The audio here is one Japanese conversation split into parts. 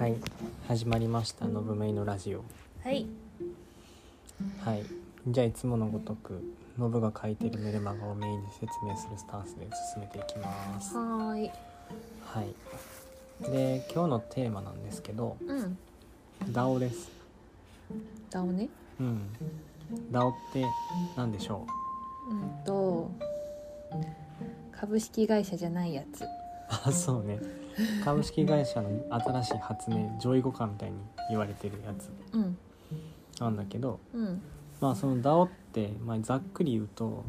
はい始まりました「のぶめいのラジオはい、」はいじゃあいつものごとくのぶが書いてるメルマガをメインに説明するスタンスで進めていきますはーい、はいで今日のテーマなんですけどうん、 DAO ですだおね、うん DAO って何でしょう うんと。株式会社じゃないやつ、あそうね株式会社の新しい発明上位互換みたいに言われてるやつうん、なんだけどうん、まあその DAO って、まあ、ざっくり言うと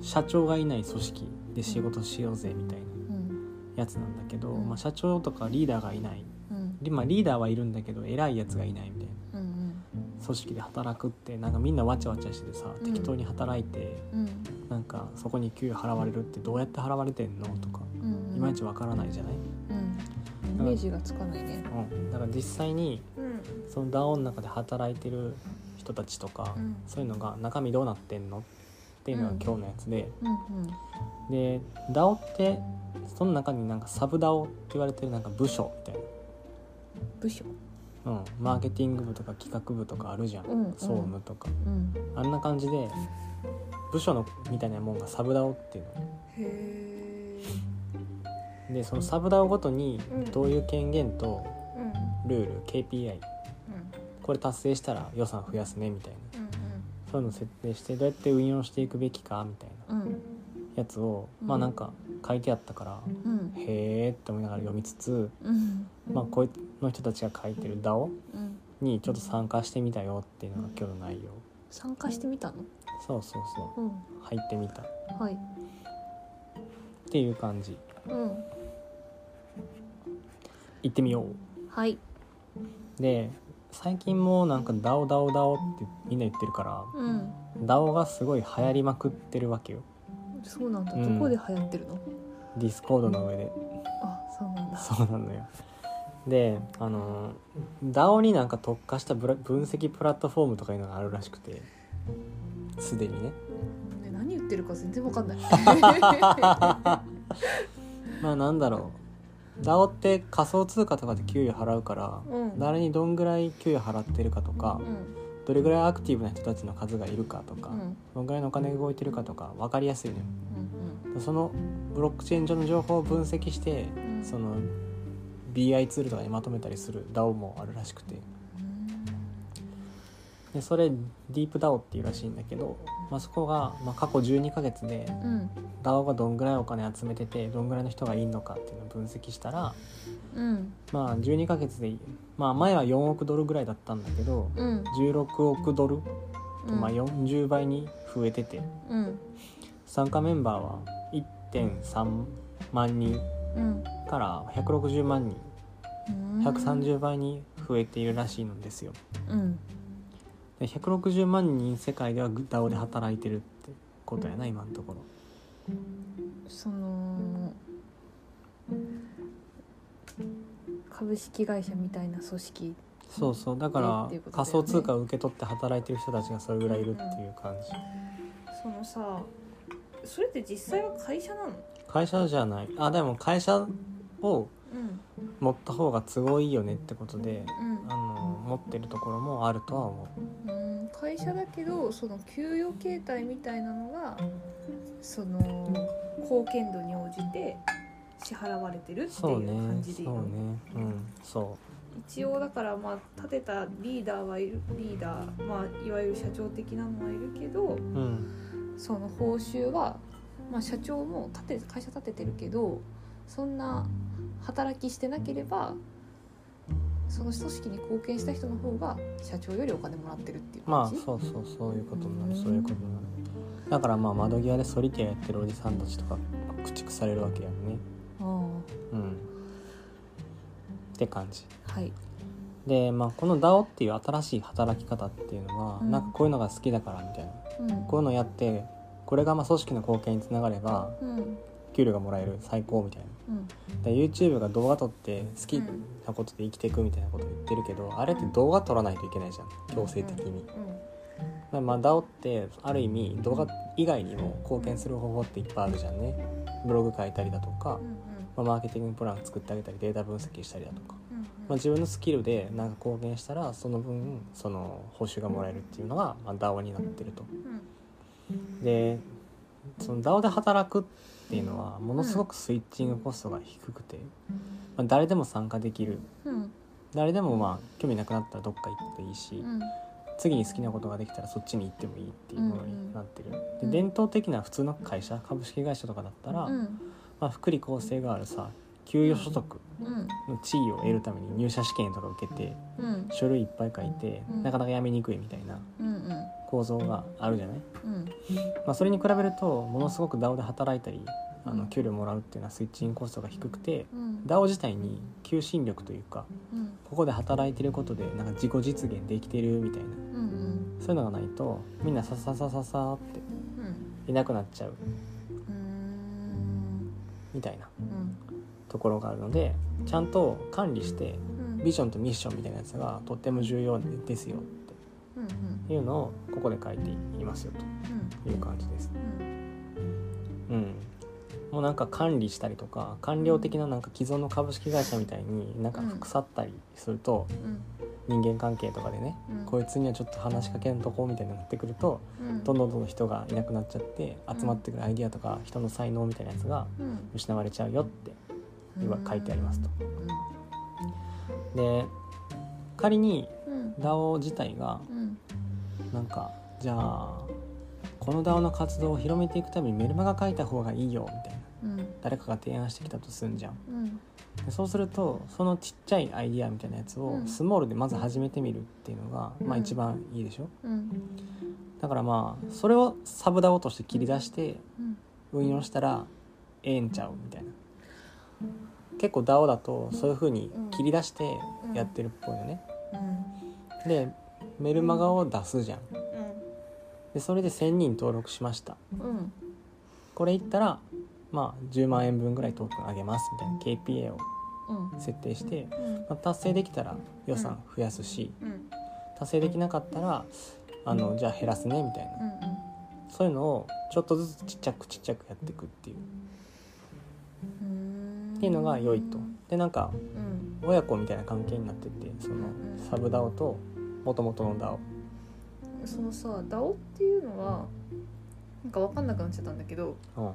社長がいない組織で仕事しようぜみたいなうん、やつなんだけど、うんまあ、社長とかリーダーがいないうん、で、まあ、リーダーはいるんだけど偉いやつがいないみたいなうん、うん、組織で働くってなんかみんなわちゃわちゃしてさ、うん適当に働いてうん、なんかそこに給与払われるってどうやって払われてんのとかうん、いまいちわからないじゃない、うん、イメージがつかないね。うん、だから実際にうん、その DAO の中で働いてる人たちとか、うんそういうのが中身どうなってんのっていうのがうん今日のやつで、うん、で DAO ってその中になんかサブ DAO って言われてるなんか部署みたいな。部署、うん、マーケティング部とか企画部とかあるじゃん、うんうん総務とかうん、あんな感じで部署のみたいなもんがサブダオっていうへえ、のでそのサブダオごとにうんどういう権限とうん、うん、ルール KPI これ達成したら予算増やすねみたいなう、そういうの設定してどうやって運用していくべきかみたいなんうん、やつを、うんまあなんか書いてあったからうん、へえって思いながら読みつつ、うん、まあ、この人たちが書いてる DAO うん、にちょっと参加してみたよっていうのが今日の内容参加してみたの。そうそうそううん、入ってみたっはい、ていう感じうん、行ってみようはい、で最近もうなんか DAO DAO DAO ってみんな言ってるからうん。 DAO がすごい流行りまくってるわけよそうなんだ。うんどこで流行ってるの？ディスコードの上であ、そうなんだ。そうなのよであのー DAO になんか特化したブラ分析プラットフォームとかいうのがあるらしくてすでにね ね、何言ってるか全然わ かんない。まあなんだろう DAO って仮想通貨とかで給与払うから、うん誰にどんぐらい給与払ってるかとか、うん、どれぐらいアクティブな人たちの数がいるかとか、うん、どのぐらいのお金が動いてるかとか分かりやすいのようん、そのブロックチェーン上の情報を分析してうんその BI ツールとかにまとめたりする DAO もあるらしくてでそれディープ DAO っていうらしいんだけど、まあ、そこが、まあ、過去12ヶ月でうん、うん、 DAO がどんぐらいお金集めててどんぐらいの人がいいのかっていうのを分析したら、うん、まあ、12ヶ月で、まあ、前は4億ドルぐらいだったんだけどうん、 16億ドル、うんまあ、40倍に増えてて。うん、参加メンバーは1.3万人うん、から160万人うん、 130倍に増えているらしいのですようん、で160万人世界では DAO で働いてるってことやな今のところその株式会社みたいな組織、そうそうだねっかていうこらとだ仮想よね通貨を受け取って働いてる人たちがそれぐらいいるっていう感じそのさ、それって実際は会社なの？会社じゃないあでも会社をうん、持った方が都合いいよねってことでうんあの持ってるところもあるとは思ううん会社だけどその給与形態みたいなのがその貢献度に応じて支払われてるってそいううね感じでいいそうの、ねうんそう一応だからまあ立てたリーダーはいるリーダー、まあ、いわゆる社長的なのはいるけどうんその報酬は、まあ、社長も立て会社立ててるけどそんな働きしてなければその組織に貢献した人の方が社長よりお金もらってるっていうま感あじ。そうそうそういうことになるうんそういうことになるだからまあ窓際でソリティアやってるおじさんたちとか駆逐されるわけやんねあうんって感じあはいでまあこの DAO っていう新しい働き方っていうのは、うんなんかこういうのが好きだからみたいなうんこういうのやってこれがまあ組織の貢献につながればうん給料がもらえる最高みたいなうんで YouTube が動画撮って好きうんなことで生きていくみたいなこと言ってるけど、あれって動画撮らないといけないじゃん強制的に、まあ、まあ DAO ってある意味動画以外にも貢献する方法っていっぱいあるじゃんねブログ書いたりだとか、うんうんまあマーケティングプラン作ってあげたりデータ分析したりだとかうんまあ、自分のスキルで何か貢献したらその分その報酬がもらえるっていうのが、まあ、DAO になってると。でその DAO で働くっていうのはものすごくスイッチングコストが低くて、まあ、誰でも参加できる誰でもまあ興味なくなったらどっか行っていいし次に好きなことができたらそっちに行ってもいいっていうものになってる。で伝統的な普通の会社株式会社とかだったら、まあ、福利厚生があるさ給与所得の地位を得るために入社試験とか受けて書類いっぱい書いてうんなかなか辞めにくいみたいな構造があるじゃない、まあ、それに比べるとものすごく DAO で働いたりあうのん給料もらうっていうのはスイッチインコストが低くて DAO 自体に求心力というかここで働いてることでなんか自己実現できてるみたいなそういうのがないとみんなさささささっていなくなっちゃうみたいなところがあるのでちゃんと管理してビジョンとミッションみたいなやつがとっても重要ですよっていうのをここで書いていますよという感じです。うん、もうなんか管理したりとか官僚的ななんか既存の株式会社みたいになんか腐ったりすると人間関係とかでねこいつにはちょっと話しかけんとこみたいになってくるとどんどんどんどん人がいなくなっちゃって集まってくるアイディアとか人の才能みたいなやつが失われちゃうよって今書いてありますと。で仮に DAO 自体がなんかじゃあこの DAO の活動を広めていくためにメルマガ書いた方がいいよみたいな誰かが提案してきたとすんじゃんでそうするとそのちっちゃいアイディアみたいなやつをうんスモールでまず始めてみるっていうのが、まあうん一番いいでしょだからまあそれをサブ DAO として切り出して運用したらええんちゃうみたいな結構 DAO だとそういう風に切り出してやってるっぽいのねでメルマガを出すじゃんでそれで1000人登録しましたこれいったらまあ10万円分ぐらいトークンあげますみたいな KPA を設定して、まあ、達成できたら予算増やすし達成できなかったらあのじゃあ減らすねみたいなそういうのをちょっとずつちっちゃくちっちゃくやっていくっていうっていうのが良いとでなんか親子みたいな関係になっててそのサブダオと元々のダオそのさダオっていうのはなんか分かんなくなっちゃったんだけどうん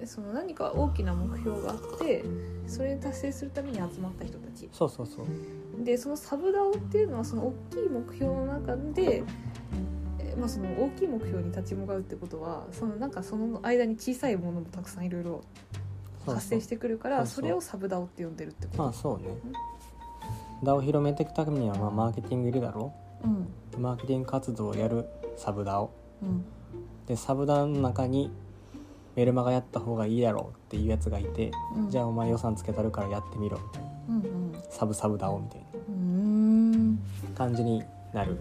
えその何か大きな目標があってそれに達成するために集まった人たちそうそうそうでそのサブダオっていうのはその大きい目標の中で、えまあ、その大きい目標に立ち向かうってことはそのなんかその間に小さいものもたくさんいろいろそう発生してくるからそそうそうれをサブダオって呼んでるってこまと。あそうねダオを広めていくためにはまあマーケティングいるだろうんマーケティング活動をやるサブダオうんでサブダオの中にメルマガやった方がいいやろっていうやつがいて、うんじゃあお前予算つけたるからやってみろみたいなうんサブサブダオみたいうんうんな感じになる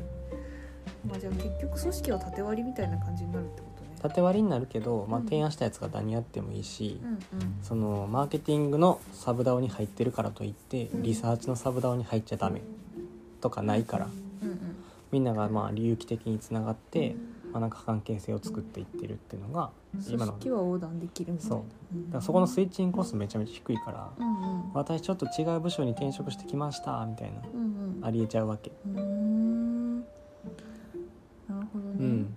まあじゃあ結局組織は縦割りみたいな感じになるってことね。縦割りになるけど、まあ、うん提案したやつが何やってもいいし、うんうんそのマーケティングのサブダオに入ってるからといってうんリサーチのサブダオに入っちゃダメとかないからうんみんながまあ有機的につながって、まあ、なんか関係性を作っていってるっていうのがうん、今組のだ織は横断できるみたいなそうからそこのスイッチインコストめちゃめちゃ低いからうんうん私ちょっと違う部署に転職してきましたみたいなうんうんありえちゃうわけ。うーんなるほどね、うん、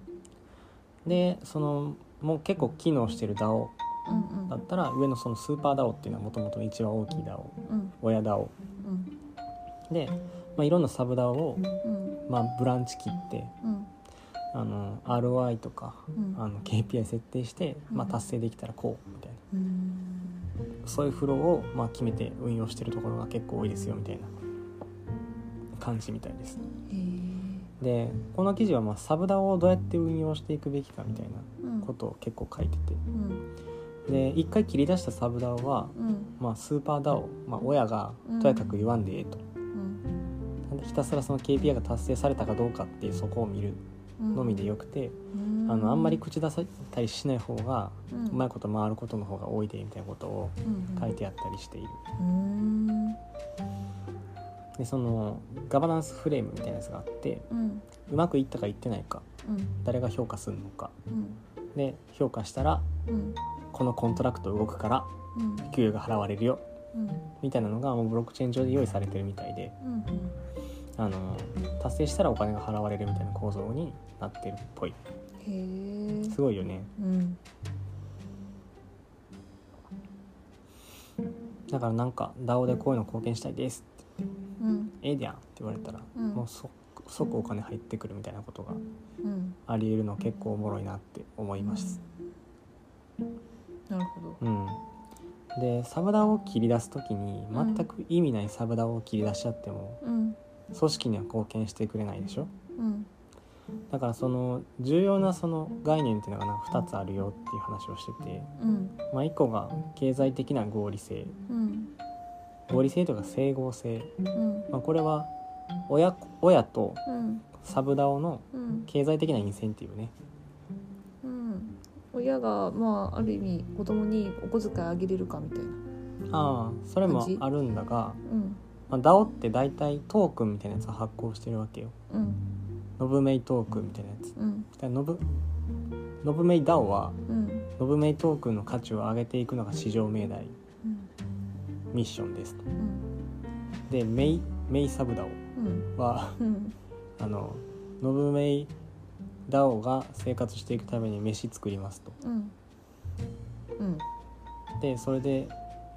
でそのもう結構機能してる DAO うんうんだったら上のそのスーパー DAO っていうのはもともと一番大きい DAO うん親 DAO うんで、まあ、いろんなサブ DAO を、うんまあ、ブランチ切ってうんあの ROI とかうんあの KPI 設定して、まあ、うん達成できたらこうみたいなうんそういうフローを、まあ、決めて運用してるところが結構多いですよみたいな感じみたいです。へえでこの記事は、まあ、サブ DAO をどうやって運用していくべきかみたいなうんことを結構書いてて。うんで一回切り出したサブダオは、うんまあ、スーパーダオ、まあ、親がうんとやかく言わんでええと、うんひたすらその KPI が達成されたかどうかっていうそこを見るうんのみでよくて、うんあのあんまり口出されたりしない方がうんうまいこと回ることの方が多いでみたいなことをうん書いてあったりしているうんでそのガバナンスフレームみたいなやつがあってうんうまくいったかいってないかうん誰が評価するのかうんで評価したらうんこのコントラクト動くからうん給与が払われるようんみたいなのがもうブロックチェーン上で用意されてるみたいでうんあの達成したらお金が払われるみたいな構造になってるっぽいうんへえすごいよねうんだからなんか DAO でこういうの貢献したいですってうんええでやんって言われたら、うんもう即即お金入ってくるみたいなことがうんありえるの結構おもろいなって思います。なるほどうん、でサブダを切り出す時に全く意味ないサブダを切り出しちゃってもうん組織には貢献してくれないでしょうんだからその重要なその概念っていうのがなんか2つあるよっていう話をしてて、うんまあ、1個が経済的な合理性うん合理性というか整合性、うんまあ、これは親親とうんサブダオのうん経済的なインセンティブねうん親がまあある意味子供にお小遣いあげれるかみたいなああそれもあるんだが、うんまあ、DAO って大体トークンみたいなやつを発行してるわけようんノブメイトークンみたいなやつうんだからノブノブメイ DAO はうんノブメイトークンの価値を上げていくのが市場命題うんミッションですとうんでメイメイサブ DAO うんはうんあのノブメイ DAO が生活していくために飯作りますとうんうんでそれで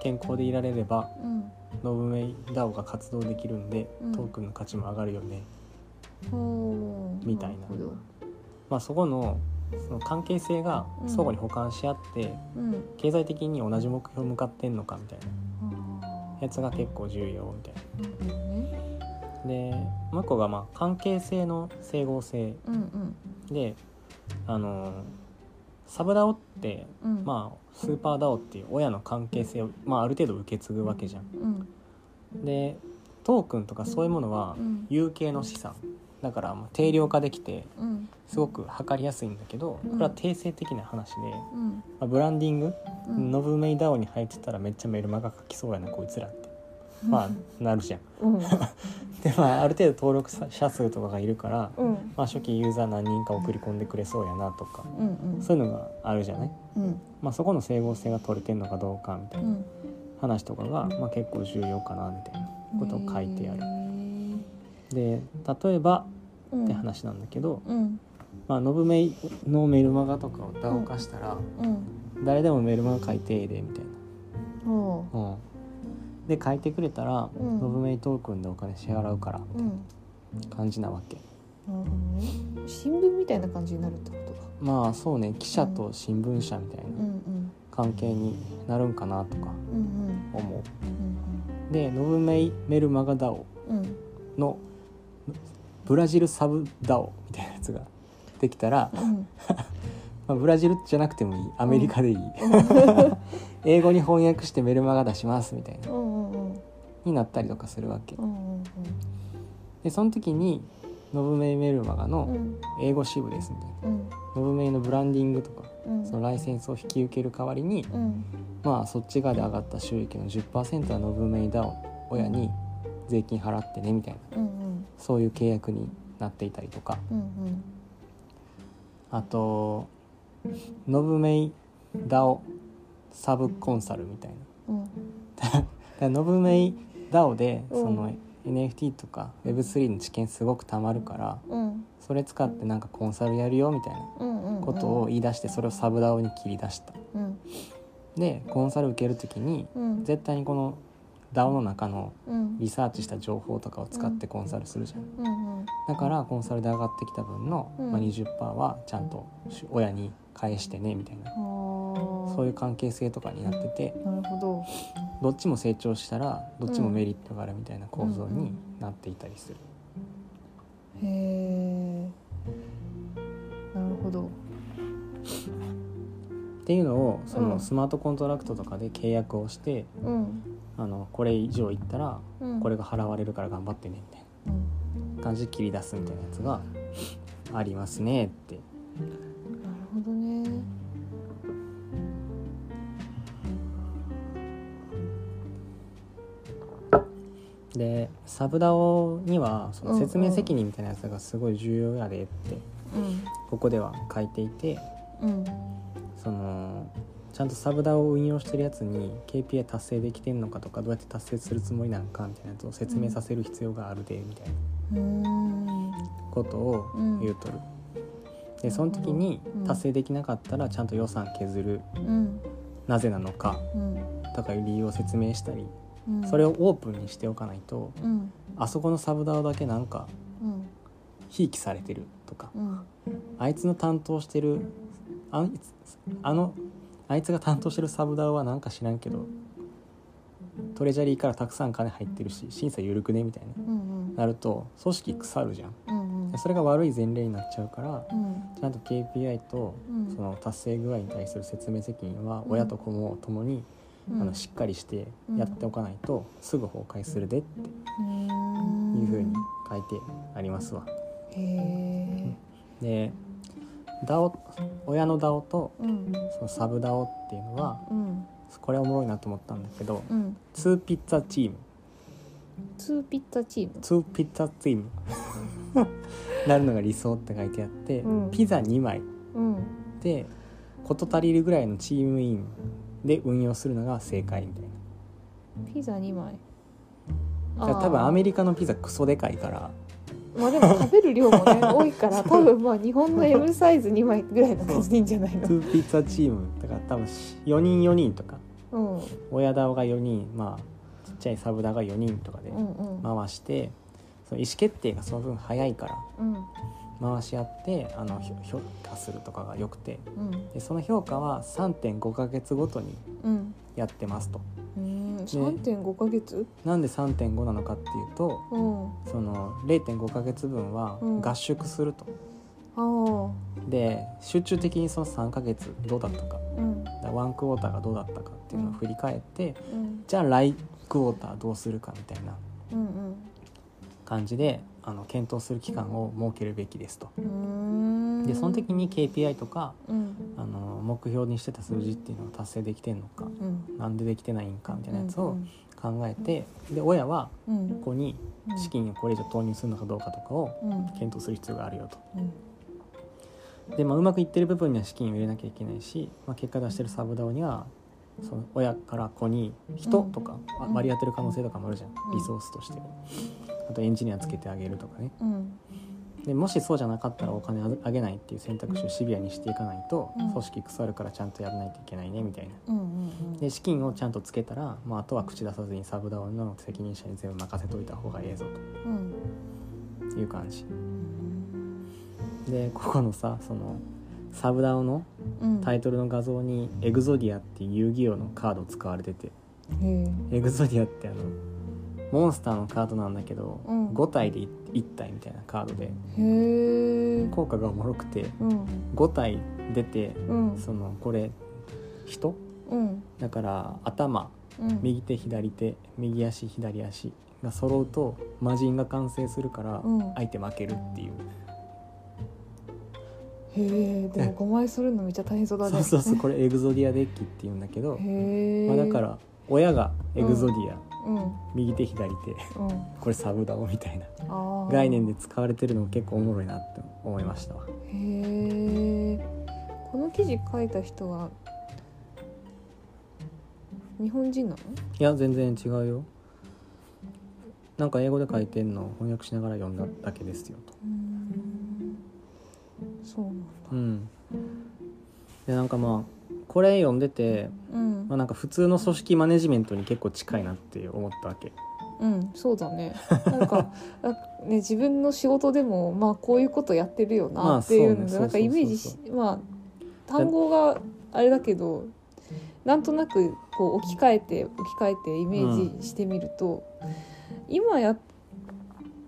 健康でいられればうんノブメイ DAO が活動できるんで、うんトークンの価値も上がるよねほうみたいなるほどまあ、そこのその関係性が相互に補完し合って、うん経済的に同じ目標向かってんのかみたいなあーやつが結構重要みたいなるほどねな。でもう一個がまあ関係性の整合性うんうんであのーサブダオって、うんまあ、スーパーダオっていう親の関係性を、まあ、ある程度受け継ぐわけじゃん。うんでトークンとかそういうものはうん有形の資産だからまあ定量化できてうんすごく測りやすいんだけどこれは定性的な話で、まうんあ、ブランディングうんノブメイダオに入ってたらめっちゃメルマガ書きそうやなこいつらってまあなるじゃん。うんでまあある程度登録者数とかがいるから、うんまあ、初期ユーザー何人か送り込んでくれそうやなとかうんうんそういうのがあるじゃない、うんまあ、そこの整合性が取れてんのかどうかみたいうなん話とかが、まあ、結構重要かなみたいなことを書いてあるへーで例えばうんって話なんだけど、うんまあ、ノブメイのメルマガとかをダウン化したら、うん誰でもメルマガ書いてええでみたいほな、うん、で書いてくれたら、うんノブメイトークンでお金支払うからううん感じなわけなるほどね新聞みたいな感じになるってことかまあそうね記者と新聞社みたいな、うんうん関係になるんかなとかうんうん思ううんでノブメイメルマガダオうんうんのブラジルサブダオみたいなやつができたら、うんまあ、ブラジルじゃなくてもいいアメリカでいい、 英語に翻訳してメルマガ出しますみたいなうんうんうんになったりとかするわけうんでその時にノブメイメルマガうんうのん英語支部ですみたいなうんノブメイのブランディングとかうんそのライセンスを引き受ける代わりにうんまあそっち側で上がった収益の10%はノブメイダオ親に税金払ってねみたいなうんうんそういう契約になっていたりとかうんあとノブメイダオサブコンサルみたいなうんだからノブメイダオでうんその NFT とか Web3 の知見すごくたまるからうんそれ使ってなんかコンサルやるよみたいなうんうんことを言い出してそれをサブダオに切り出したうんでコンサル受ける時にうん絶対にこの DAO の中のうんリサーチした情報とかを使ってコンサルするじゃん、うんだからコンサルで上がってきた分の、うんまあ、20%はちゃんと親に返してねみたいなうんそういうう関係性とかになっててなるほどどっちも成長したらどっちもメリットがあるみたいな構造うんうにんなっていたりする、へえなるほっどていうのをそうのんスマートコントラクトとかで契約をしてうんあのこれ以上いったらうんこれが払われるから頑張ってねみたいうんな感じで切り出すみたいなやつがありますねってなるほどねでサブダオにはその説明責任みたいなやつがすごい重要やでってうんここでは書いていてうんそのちゃんとサブダを運用してるやつに KPI 達成できてんのかとかどうやって達成するつもりなんかみたいなやつを説明させる必要があるでみたいなうんことを言うとる。でその時に達成できなかったらちゃんと予算削るうんなぜなのかうんとかいう理由を説明したりうんそれをオープンにしておかないとうんあそこのサブダオだけなんかうんひいきされてるとかうんあいつの担当してるあいつあのあいつが担当してるサブダオはなんか知らんけどトレジャリーからたくさん金入ってるし審査緩くねみたいなうんうんなると組織腐るじゃんうんうんでそれが悪い前例になっちゃうからうんちゃんと KPI とうんその達成具合に対する説明責任は親と子もともにあのしっかりしてやっておかないとすぐ崩壊するでってうんいうふうに書いてありますわ。へえで DAO 親の DAO とうんそのサブ DAO っていうのはうんこれおもろいなと思ったんだけどうん2ピッツァチームツーピッツァチーム2ピッツァチーム なるのが理想って書いてあって、うんピザ2枚うんで事足りるぐらいのチーム員で運用するのが正解みたいな。ピザ二枚だから多分アリメリカのピザクソでかいからまあでも食べる量もね多いから多分まあ日本の M サイズ2枚ぐらいの感じでいいんじゃないの2ピッツァチームだから多分4人4人とかうんうん親ダオが4人まあちっちゃいサブダが4人とかでうん回して、その意思決定がその分早いからうん回し合ってあのひょ評価するとかがよくてうんでその評価は3.5ヶ月ごとにうんやってますと。うん3.5ヶ月なんで3.5なのかっていうとうんあその0.5ヶ月分はうん合宿すると。あーで集中的にその3ヶ月どうだったかうんだワンクォーターがどうだったかっていうのを振り返って、うんじゃあ来クォーターどうするかみたいなうん感じであの検討する期間を設けるべきですと。うんうーんでその時に KPI とかうんあの目標にしてた数字っていうのを達成できてんのかうんなんでできてないんかみたいなやつうをん考えてで親はうんここに資金をこれ以上投入するのかどうかとかをうん検討する必要があるよと。うんで、まあ、うまくいってる部分には資金を入れなきゃいけないし、まあ、結果出してるサブダオにはその親から子に人とかあうん割り当てる可能性とかもあるじゃんうんリソースとしてあとエンジニアつけてあげるとかねうんでもしそうじゃなかったらお金あげないっていう選択肢をシビアにしていかないとうん組織腐るからちゃんとやらないといけないねみたいなうんうんで資金をちゃんとつけたら、まあ、あとは口出さずにサブダオの責任者に全部任せといた方がええぞうんという感じうんでここのさそのサブダオのうんタイトルの画像にエグゾディアっていう遊戯王のカード使われててへえエグゾディアってあのモンスターのカードなんだけど、うん5体で1体みたいなカードでへえ効果がおもろくてうん5体出てうんそのこれ人うんだから頭うん右手左手右足左足が揃うと魔人が完成するからうん相手負けるっていう、へえでも5枚揃えるのめっちゃ大変そうだそねうそうそうこれエグゾディアデッキっていうんだけど、へえまあ、だから親がエグゾディア、うんうん右手左手これサブダオみたいなあー概念で使われてるのも結構おもろいなって思いましたわへえこの記事書いた人は日本人なのいや全然違うよなんか英語で書いてんのを翻訳しながら読んだだけですよとうんそうなんだうんでなんかまあこれ読んでて、うんまあ、なんか普通の組織マネジメントに結構近いなって思ったわけうん、そうだね。なんか、あね、自分の仕事でも、まあ、こういうことやってるよまなあってそいううのねが、そうなんかイメージそうしそ、まあ。単語があれだけど、なんとなく、こう置き換えて、置き換えてイメージしてみると。今やっ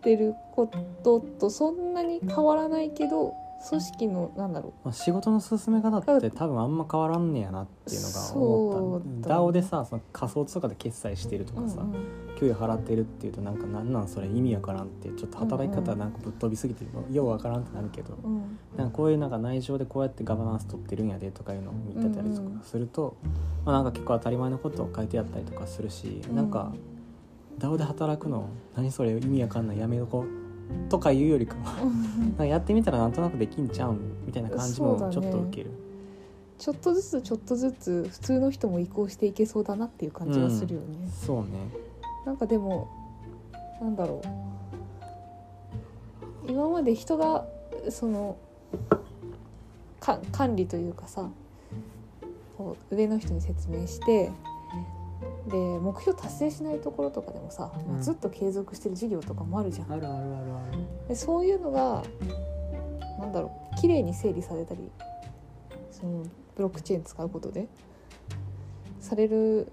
てることと、そんなに変わらないけど、組織の、なんだろまあ、仕事の進め方って多分あんま変わらんねやなっていうのが思そうっだた DAO でさその仮想通貨で決済してるとう。かさ、うんうん給与払ってるっていうとなんかなんなんそれ意味わからんってちょっと働き方なんかぶっ飛びすぎてようわからんってなるけどうんなんかこういうなんか内情でこうやってガバナンス取ってるんやでとかいうのを見てたりとうんうんかすると、まあ、なんか結構当たり前のことを書いてあったりとかするし、うんなんか DAO で働くの何それ意味わかんないやめとこうとかいうより かはなんかやってみたらなんとなくできんちゃうんみたいな感じそうもだねちょっと受ける。ちょっとずつちょっとずつ普通の人も移行していけそうだなっていう感じはするよね、そうねなんかでもなんだろう今まで人がそのか管理というかさこう上の人に説明してで目標達成しないところとかでもさ、うんずっと継続してる事業とかもあるじゃんあるあるあるあるでそういうのがなんだろう綺麗に整理されたりそのブロックチェーン使うことでされる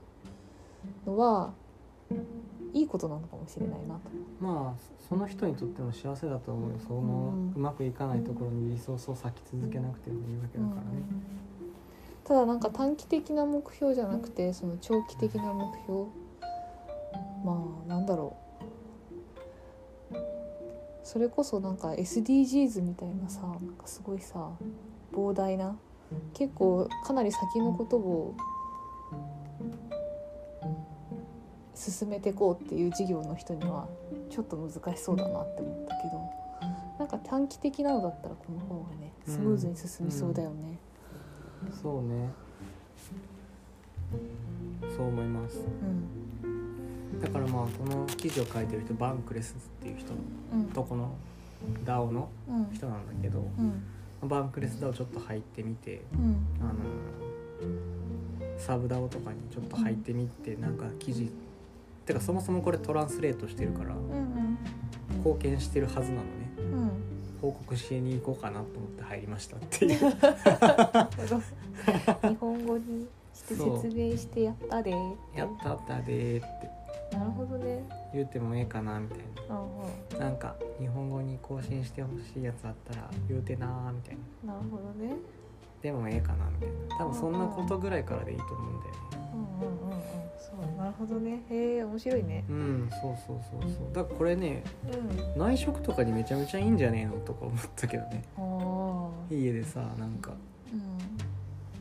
のはいいことなのかもしれないなと。まあその人にとっても幸せだと思うよそのうんうまくいかないところにリソースを割き続けなくてもいいわけだからね、ただなんか短期的な目標じゃなくてその長期的な目標まあなんだろうそれこそなんか SDGs みたいなさなんかすごいさ膨大な結構かなり先のことを進めてこうっていう事業の人にはちょっと難しそうだなって思ったけどなんか短期的なのだったらこの方がねスムーズに進みそうだよね。そうねそう思いますうんだからまあこの記事を書いてる人バンクレスっていう人うんとこの DAO のうん人なんだけどうんバンクレス DAO ちょっと入ってみてうんあのサブ DAO とかにちょっと入ってみてなんか記事てかそもそもこれトランスレートしてるからうん貢献してるはずなのねうんうん報告しに行こうかなと思って入りましたっていう日本語にしてそう説明してやったでやったったでーってなるほどね言ってもええかなみたいなうんうんなんか日本語に更新してほしいやつあったら言うてなーみたいななるほどねでもええかなみたいな多分そんなことぐらいからでいいと思うんだよねうんうんうんうんそうなるほどねへえ面白いねうんそうそうそうそうだからこれねうん内職とかにめちゃめちゃいいんじゃねえのとか思ったけどねあ家でさなんかうん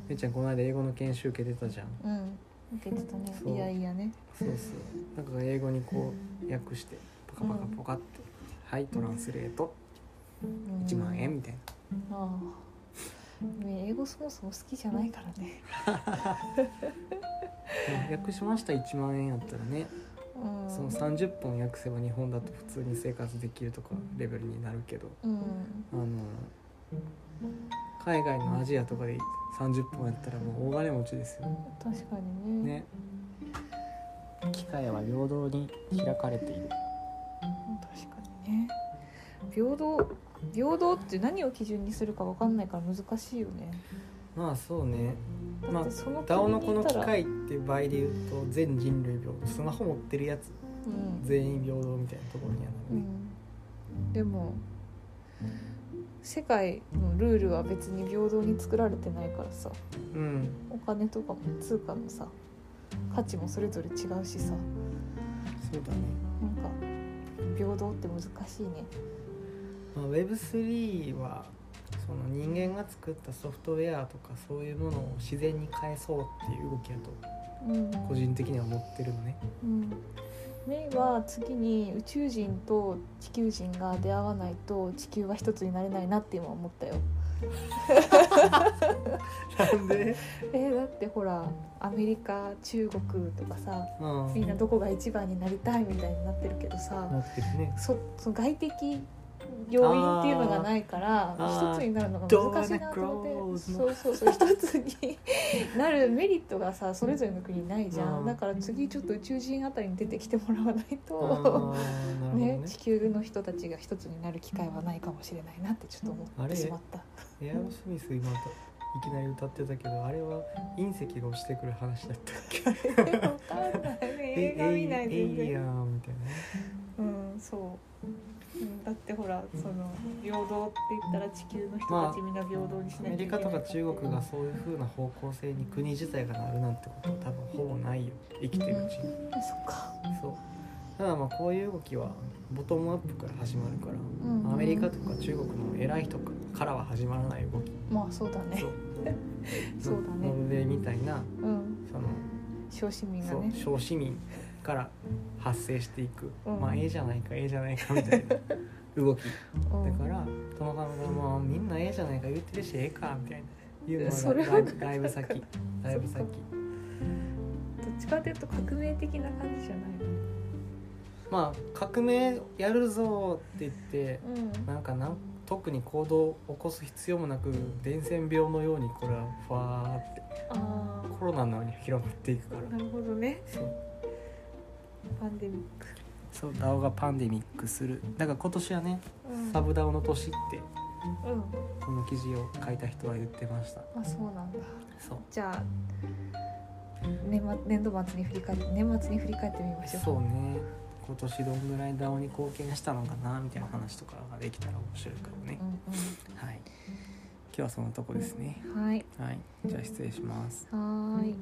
めっちゃんこの間英語の研修受けてたじゃんうん受けてたねそういやいやねそうそうなんか英語にこう訳してパカパカポカって「はいトランスレートうん1万円」みたいなああね英語そもそも好きじゃないからねでも訳しました1万円やったらねうんその30本訳せば日本だと普通に生活できるとかレベルになるけどうんあの海外のアジアとかで30本やったらもう大金持ちですよ確かにねね機会は平等に開かれている確かにね平等平等って何を基準にするか分かんないから難しいよねまあそうねまだっあてそのダオのこの機国にいたら会っていう場合で言うと全人類平等スマホ持ってるやつうん、全員平等みたいなところにあるうね、ん、でも世界のルールは別に平等に作られてないからさうん、お金とかも通貨のさ価値もそれぞれ違うしさそうだね、なんか平等って難しいねまあ、Web3 はその人間が作ったソフトウェアとかそういうものを自然に返そうっていう動きやとうん個人的には思ってるのねうん、メイは次に宇宙人と地球人が出会わないと地球は一つになれないなって今思ったよなんでえーだってほらアメリカ中国とかさうんみんなどこが一番になりたいみたいになってるけどさなってるね そその外的要因っていうのがないからあー一つになるのが難しいなと思って Don't そ wanna う そうそう一つになるメリットがさそれぞれの国ないじゃうんんだから次ちょっと宇宙人あたりに出てきてもらわないあと。ーなるほどねね、地球の人たちが一つになる機会はないかもしれないなってちょっと思あっれてし まったエアロスミス今といきなり歌ってたけどあれは隕石が落ちてくる話だったっけ分かんない映画見ないええ全いいや然んみたいなねうんそう、うん、だってほらその平等って言ったら地球の人たちみんな平等にしアなメいとリいけカないとか中国がそういう風な方向性に国自体がなるなんてことは多分ほぼないよ生きてるうちに、そっか、そうただまあこういう動きはボトムアップから始まるから、うんアメリカとか中国の偉い人からは始まらない動きまあ そうだねそうそうだねノルウェーみたいなうんその小市民がそうね小市民から発生していく、うんまあええじゃないかええじゃないかみた いな動きだうんから殿様がもうみんなええじゃないか言ってるしええかみたいな言うのはそれはライブライブ先ライブ先そっかどっちかというと革命的な感じじゃないまあ革命やるぞって言ってうんなんかなん特に行動を起こす必要もなく伝染病のようにこれはファーってあコロナのように広まっていくからあなるほどねそうパンデミックそうダオがパンデミックするだから今年はね、うんサブダオの年ってうんこの記事を書いた人は言ってましたまあそうなんだそうじゃあ年末年度末に振り返って年末に振り返ってみましょうそうね今年どんぐらいダオに貢献したのかなみたいな話とかができたら面白いかもね、うはい今日はそんなとこですね、んうん、はいはいじゃあ失礼しますはーい